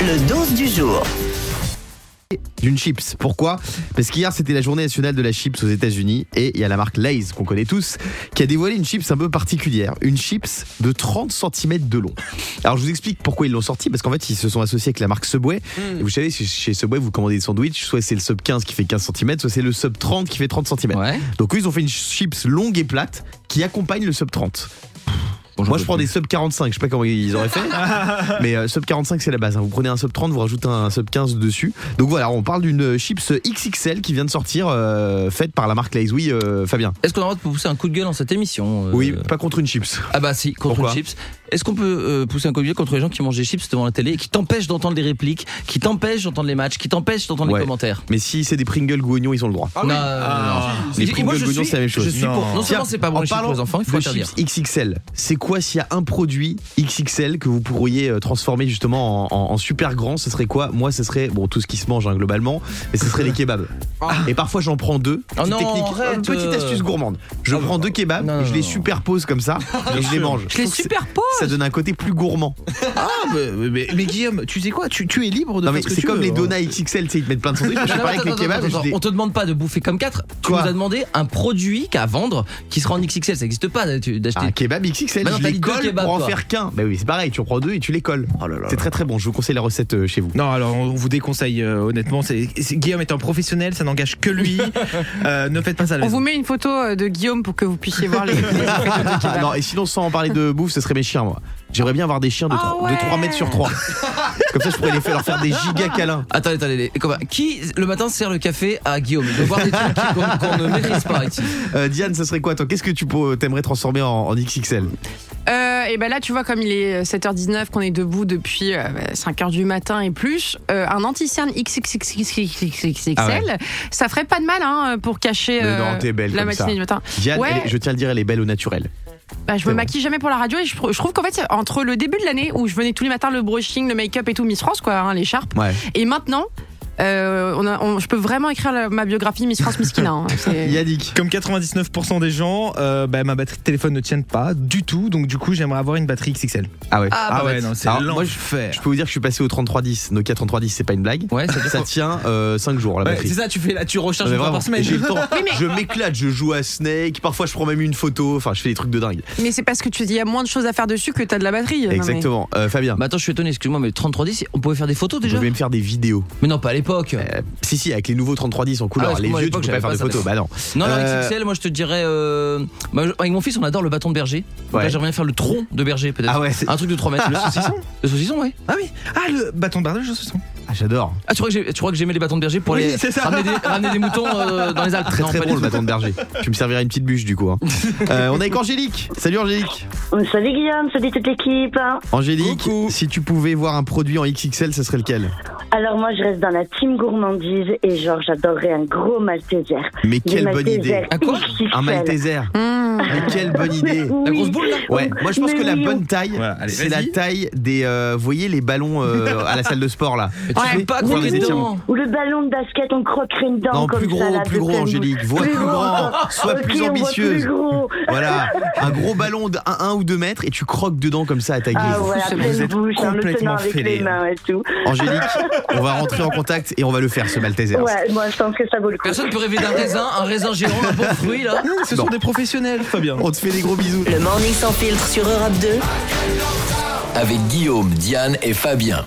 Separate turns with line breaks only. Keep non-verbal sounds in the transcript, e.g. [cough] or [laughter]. Le 12 du jour.
d'une chips. Pourquoi Parce qu'hier c'était la journée nationale de la chips aux États-Unis et il y a la marque Lay's qu'on connaît tous qui a dévoilé une chips un peu particulière, une chips de 30 cm de long. Alors je vous explique pourquoi ils l'ont sortie parce qu'en fait ils se sont associés avec la marque Subway. Et vous savez chez- chez Subway vous commandez des sandwichs, soit c'est le sub 15 qui fait 15 cm, soit c'est le sub 30 qui fait 30 cm.
Ouais.
Donc eux ils ont fait une chips longue et plate qui accompagne le sub 30. Moi je prends des sub 45, je sais pas comment ils auraient fait, mais euh, sub 45 c'est la base. hein. Vous prenez un sub 30, vous rajoutez un sub 15 dessus. Donc voilà, on parle d'une euh, chips XXL qui vient de sortir, euh, faite par la marque Lay's. Oui, euh, Fabien.
Est-ce qu'on a le droit de pousser un coup de gueule dans cette émission euh,
Oui, pas contre une chips.
Ah bah si, contre
Pourquoi
les chips. Est-ce qu'on peut euh, pousser un coup de gueule contre les gens qui mangent des chips devant la télé et qui t'empêchent d'entendre les répliques, qui t'empêchent d'entendre les matchs, qui t'empêchent d'entendre
Ouais.
les commentaires
Mais si c'est des Pringles goignons, ils ont le droit. Euh,
non,
Ah,
non, non.
si, si. Les
Et
Pringles
moi, je
Gognons,
suis-
c'est la même chose.
Je suis pour.
Non.
Non
Tiens,
seulement c'est pas bon
en
les chips
parlant
pour les enfants, il faut
de
interdire.
chips XXL, c'est quoi s'il y a un produit XXL que vous pourriez euh, transformer justement en, en- en super grand Ce serait quoi Moi, ce serait bon tout ce qui se mange hein, globalement, mais ce serait
[laughs]
les kebabs. Et parfois, j'en prends deux.
Ah. Oh
Petite
non, arrête,
petite
euh.
astuce gourmande. Je prends deux kebabs,
non,
et je les
non, non.
superpose
[laughs]
comme ça et je les mange.
Je les
trouve que
superpose
c'est- Ça donne un côté plus gourmand.
Ah, mais, mais- mais Guillaume, tu sais quoi tu, tu es libre de
Non mais
faire ce que
c'est
tu
comme
veux,
les
hein.
donuts XXL, tu sais, ils te mettent plein de sandwichs. Je
Non,
fais
non,
pareil avec les
attends,
kebabs.
attends,
je
attends,
les-
On te demande pas de bouffer comme 4 Tu
Quoi
nous as demandé un produit qu'à vendre qui sera en XXL. Ça n'existe pas tu- d'acheter.
ah, Un kebab XXL,
Bah non,
je
t'as
les
dit deux
colle
kebabs,
pour en
toi.
faire qu'un. Bah oui, c'est pareil, tu en prends deux et tu les colles. c'est très très bon, je vous conseille la recette euh, chez vous.
Non, alors on vous déconseille euh, honnêtement. c'est- c'est- Guillaume est un professionnel, ça n'engage que [laughs] lui. Euh, ne faites pas ça. à la
On
maison.
vous met une photo euh, de Guillaume pour que vous puissiez voir les.
Ah non, et sinon, sans en parler de bouffe, ce serait mes chiens, moi. J'aimerais bien avoir des chiens de,
Ah
tro- de
ouais.
3 mètres sur 3. Comme ça, je pourrais les faire, leur faire
[laughs]
des giga câlins.
Attendez, attendez, les- comment- qui le matin sert le café à Guillaume De voir des trucs qui- qu'on qu'on ne maîtrise pas ici.
Euh, Diane, ce serait quoi, toi Qu'est-ce que tu peux- t'aimerais transformer en, en XXL
Euh, et ben là, tu vois, comme il est euh, 7h19, qu'on est debout depuis 5h du matin et plus, euh, un anti-cerne XXXXXXXL,
Ah ouais.
ça ferait pas de mal hein, pour cacher
Mais
euh,
non, t'es belle
la
comme
matinée
ça.
du matin.
Diane,
Ouais.
elle est- je tiens à le dire, elle est belle au naturel.
Bah, je
C'est
me
vrai.
maquille jamais pour la radio et je, pr- je trouve qu'en fait, entre le début de l'année où je venais tous les matins le brushing, le make-up et tout, Miss France, quoi, hein, l'écharpe,
Ouais.
et maintenant, euh, on a- on- je peux vraiment écrire la- ma biographie Miss France Miss Kina, hein. C'est-
Euh. Yannick.
Comme 99% des gens, euh, bah, ma batterie de téléphone ne tient pas du tout, donc du coup j'aimerais avoir une batterie XXL.
Ah ouais.
Ah,
ouais.
non,
Alors, moi, je,
l'enfer.
je peux vous dire que je suis passé au 3310. Nokia 3310, c'est pas une blague.
Ouais, ça
Ça tient 5 jours, la batterie.
ça, tu fais là, tu
Non,
recharges
mais vraiment, et j'ai le temps.
Oui, mais-
Je m'éclate, je joue à Snake, parfois je prends même une photo, enfin je fais des trucs de dingue.
Mais c'est parce que tu dis il y a moins de choses à faire dessus que t'as de la batterie. Non, mais- Bah,
Exactement. Euh, Fabien,
Mais attends, je suis étonné, excuse-moi, mais 3310, on pouvait faire des photos
je
déjà
vais me faire des vidéos.
Mais non, pas à l'époque.
Euh, si, si, avec les nouveaux 3310 en
Ah,
couleur.
parce que
les
moi, à
vieux, tu
l'époque,
peux pas
j'avais
faire
pas
de
ça,
photos. Bah non.
Non, non,
Euh,
XXL, moi je te dirais. euh, bah, je- avec mon fils, on adore le bâton de berger. Donc
Ouais.
là, j'aimerais bien faire le tronc de berger, peut-être.
Ah ouais, c'est-
Un truc de 3
[laughs]
mètres. Le saucisson Le saucisson, ouais.
Ah oui, ah le bâton de bardage, je sais son.
Ah, j'adore.
Ah, tu crois que j'ai- tu crois que j'aimais les bâtons de berger pour
Oui,
les
c'est ça.
ramener, des, ramener des moutons euh, dans les Alpes
Très
Non,
très
pas
bon
du
le
tout.
bâton de berger. tu me serviras une petite bûche du coup.
[laughs]
hein. Euh, on est avec Angélique. Salut Angélique.
Salut Guillaume, salut toute l'équipe. hein
Angélique, si tu pouvais voir un produit en XXL, ce serait lequel
Alors moi je reste dans la team gourmandise et genre j'adorerais un gros Malteser.
Mais
Des
quelle bonne
Maltesers
idée.
Un quoi
XXL.
Un Malteser.
Mmh.
Mais quelle bonne
[laughs]
idée.
Oui.
La grosse boule, là
Ouais, moi je pense
Mais
que la
oui,
bonne taille,
Voilà, allez,
c'est la
vas-y.
taille des. euh, vous voyez les ballons euh, à la salle de sport là
Mais tu
Ouais.
sais pas
Oui,
quoi
mais
les dedans.
Ou le ballon de basket, on croquerait une dent
Non,
comme
plus
ça.
gros,
là,
plus
de
gros
pleine
Angélique.
bouche.
Vois plus
gros,
grand,
encore.
sois
Ok,
plus
on voit
ambitieuse.
Plus gros.
Voilà, un gros ballon de 1 ou 2 mètres et tu croques dedans comme ça à ta guise.
Ah voilà,
Vous
pleine
êtes
bouche, en le
complètement
tenant avec
fêlés.
les
hein.
mains et tout.
Angélique, on va rentrer en contact et on va le faire ce Malteser.
Ouais, moi je pense que ça vaut le coup.
Personne peut rêver d'un raisin, un raisin géant, un bon fruit là.
Ce
Non.
sont des professionnels, Fabien.
On te fait des gros bisous.
Le morning sans filtre sur Europe 2.
avec Guillaume, Diane et Fabien.